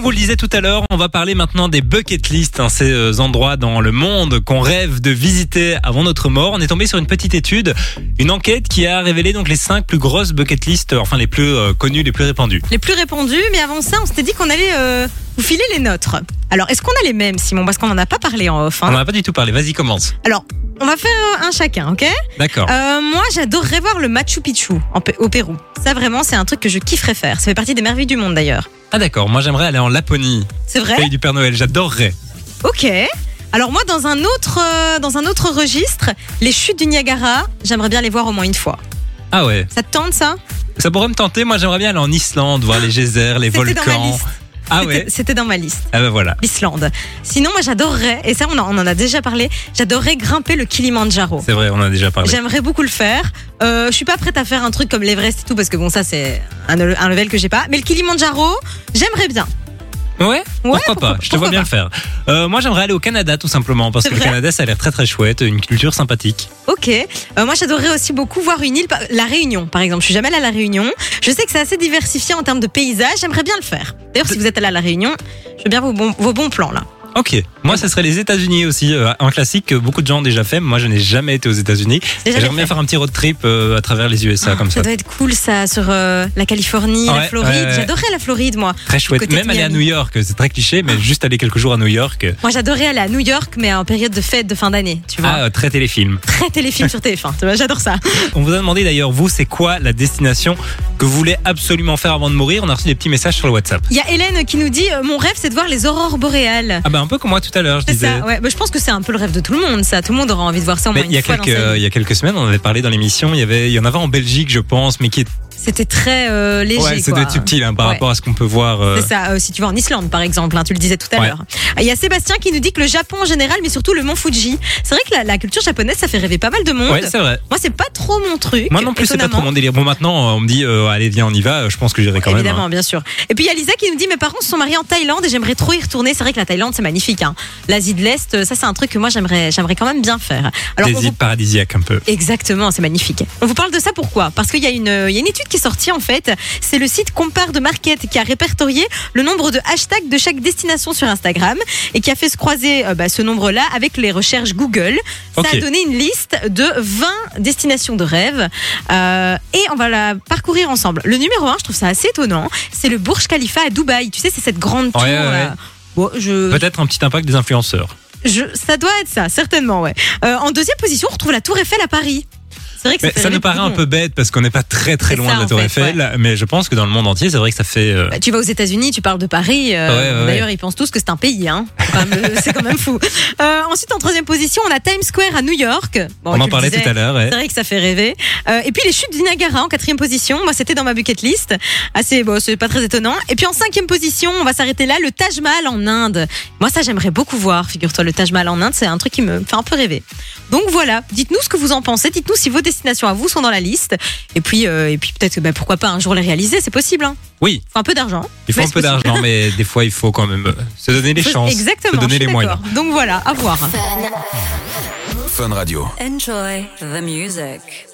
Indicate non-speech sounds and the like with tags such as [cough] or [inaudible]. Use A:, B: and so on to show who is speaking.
A: vous le disait tout à l'heure, on va parler maintenant des bucket lists, hein, ces euh, endroits dans le monde qu'on rêve de visiter avant notre mort. On est tombé sur une petite étude, une enquête qui a révélé donc les cinq plus grosses bucket lists, euh, enfin les plus euh, connues, les plus répandues.
B: Les plus répandus, mais avant ça, on s'était dit qu'on allait euh, vous filer les nôtres. Alors, est-ce qu'on a les mêmes, Simon Parce qu'on n'en a pas parlé en off. hein.
A: On n'en a pas du tout parlé. Vas-y, commence.
B: Alors, on va faire euh, un chacun, ok
A: D'accord.
B: Euh, Moi, j'adorerais voir le Machu Picchu en P- au Pérou. Ça, vraiment, c'est un truc que je kifferais faire. Ça fait partie des merveilles du monde, d'ailleurs.
A: Ah d'accord. Moi, j'aimerais aller en Laponie,
B: C'est vrai
A: pays du Père Noël. J'adorerais.
B: Ok. Alors moi, dans un autre, euh, dans un autre registre, les chutes du Niagara, j'aimerais bien les voir au moins une fois.
A: Ah ouais.
B: Ça te tente ça
A: Ça pourrait me tenter. Moi, j'aimerais bien aller en Islande, voir les geysers, les
B: C'était dans ma
A: volcans.
B: liste.
A: Ah
B: C'était-
A: ouais.
B: C'était dans ma liste.
A: Ah ben voilà.
B: L'Islande. Sinon, moi, j'adorerais, et ça, on, en- on en a déjà parlé, j'adorerais grimper le Kilimanjaro.
A: C'est vrai, on en a déjà parlé.
B: J'aimerais beaucoup le faire. Euh, je suis pas prête à faire un truc comme l'Everest et tout parce que bon, ça c'est un, un level que j'ai pas. Mais le Kilimanjaro, j'aimerais bien.
A: Ouais.
B: Ouais,
A: pourquoi pas Je te vois
B: pourquoi
A: bien le faire. Euh, moi, j'aimerais aller au Canada tout simplement parce
B: C'est
A: que le
B: vrai
A: Canada, ça a l'air très très chouette, une culture sympathique.
B: Ok. Euh, moi, j'adorerais aussi beaucoup voir une île, par- la Réunion, par exemple. Je suis jamais allée à la Réunion. Je sais que c'est assez diversifié en termes de paysages. J'aimerais bien le faire. D'ailleurs, si vous êtes allé à la Réunion, je veux bien vos bons, vos bons plans là.
A: Ok, moi ce serait les États-Unis aussi, euh, un classique que beaucoup de gens ont déjà fait. Moi je n'ai jamais été aux États-Unis.
B: Déjà,
A: J'aimerais bien faire un petit road trip euh, à travers les USA comme
B: Ah, ça
A: ça.
B: doit être cool ça sur euh, la Californie,
A: Ouais,
B: la Floride.
A: ouais, ouais.
B: J'adorerais la Floride moi.
A: Très chouette.
B: côté de
A: Même aller à
B: Miami. Ah.
A: New York, c'est très cliché, mais juste aller quelques jours à New York.
B: Moi, j'adorerais aller à New York, mais en période de fête de fin d'année. Tu vois,
A: Ah, euh, très téléfilm.
B: très téléfilm sur TF1. tu vois, J'adore ça.
A: On vous a demandé d'ailleurs, vous, c'est quoi la destination que vous voulez absolument faire avant de mourir On a reçu des petits messages sur le WhatsApp.
B: Il y a Hélène qui nous dit euh, Mon rêve, c'est de voir les aurores boréales.
A: Ah bah un peu comme moi tout à l'heure, je
B: C'est
A: disais.
B: ça, ouais. Bah, je pense que c'est un peu le rêve de tout le monde, ça. Tout le monde aura envie de voir ça au moins
A: Mais il y,
B: une
A: a
B: fois
A: quelques, euh,
B: dans sa vie.
A: il y a quelques semaines, on en avait parlé dans l'émission, il y, avait, il y en avait en Belgique, je pense, mais qui est,
B: C'était très euh, léger.
A: ouais,
B: quoi.
A: c'était subtil hein, par
B: Ouais.
A: rapport à ce qu'on peut voir. euh,
B: C'est ça, euh, si tu vas en Islande par exemple, hein, tu le disais tout à
A: Ouais.
B: l'heure. Il y a Sébastien qui nous dit que le Japon en général, mais surtout le mont Fuji. C'est vrai que la, la culture japonaise, ça fait rêver pas mal de monde.
A: Ouais, c'est vrai.
B: Moi, c'est pas trop mon truc.
A: Moi non plus, c'est pas trop
B: étonnamment.
A: mon délire. Bon, maintenant, on me dit, euh, allez, viens, on y va. Je pense que j'irai quand
B: Évidemment,
A: même. hein.
B: bien sûr. Et puis il y a Lisa qui nous dit Mes parents se sont mariés en Thaïlande et j'aimerais trop y retourner. C'est vrai que la Thaïlande, c'est magnifique. hein. L'Asie de l'Est, euh, ça, c'est un truc que moi, j'aimerais j'aimerais quand même bien faire. Alors,
A: Des
B: on vous
A: îles paradisiaques, un peu.
B: Exactement, c'est magnifique. On vous parle de ça pourquoi Parce qu'il y, a une- euh, il y a une étude qui est sortie en fait. C'est le site Compare de Market qui a répertorié le nombre de hashtags de chaque destination sur Instagram et qui a fait se croiser euh, bah, ce nombre-là avec les recherches Google. Ça
A: Ok.
B: a donné une liste de 20 destinations de rêve Euh, et on va la parcourir ensemble. Le numéro 1, je trouve ça assez étonnant, c'est le Burj Khalifa à Dubaï. Tu sais, c'est cette grande tour.
A: Ouais, Bah, ouais,
B: là.
A: ouais.
B: Bon, je,
A: Peut-être un petit impact des influenceurs.
B: je- ça doit être ça, certainement, ouais. Euh, en deuxième position, on retrouve la Tour Eiffel à Paris. C'est vrai que
A: Mais
B: fait
A: ça
B: rêver
A: nous paraît
B: beaucoup
A: un
B: de
A: peu
B: monde.
A: bête parce qu'on n'est pas très très
B: C'est
A: loin
B: ça,
A: de la
B: en
A: Tour
B: fait,
A: Eiffel, mais je pense que dans le monde entier, c'est vrai que ça fait. euh,
B: Bah, tu vas aux États-Unis, tu parles de Paris. euh,
A: Ouais, ouais, ouais.
B: D'ailleurs, ils pensent tous que c'est un pays. Hein. C'est quand même, [laughs] c'est quand même fou. Euh, ensuite, en troisième position, on a Times Square à New York. Bon,
A: on
B: tu
A: en
B: le
A: parlait
B: disais,
A: tout à l'heure. ouais.
B: C'est vrai que ça fait rêver. Euh, et puis les chutes du Niagara en quatrième position. Moi, c'était dans ma bucket list. Assez, bon, c'est pas très étonnant. Et puis en cinquième position, on va s'arrêter là. Le Taj Mahal en Inde. Moi, ça j'aimerais beaucoup voir. Figure-toi, le Taj Mahal en Inde, c'est un truc qui me fait un peu rêver. Donc voilà. Dites-nous ce que vous en pensez. Dites-nous si vos destinations à vous sont dans la liste. Et puis, euh, et puis peut-être, que, bah, pourquoi pas un jour les réaliser. C'est possible. Hein.
A: Oui,
B: Faut un peu d'argent.
A: il faut
B: Mais
A: un
B: c'est
A: peu
B: possible.
A: d'argent, mais des fois, il faut quand même euh, se donner les
B: [laughs] Faut-
A: chances,
B: Exactement.
A: se
B: je
A: donner
B: suis
A: les moyens.
B: d'accord. Donc voilà, à voir.
C: Fun Radio.
D: Enjoy the music.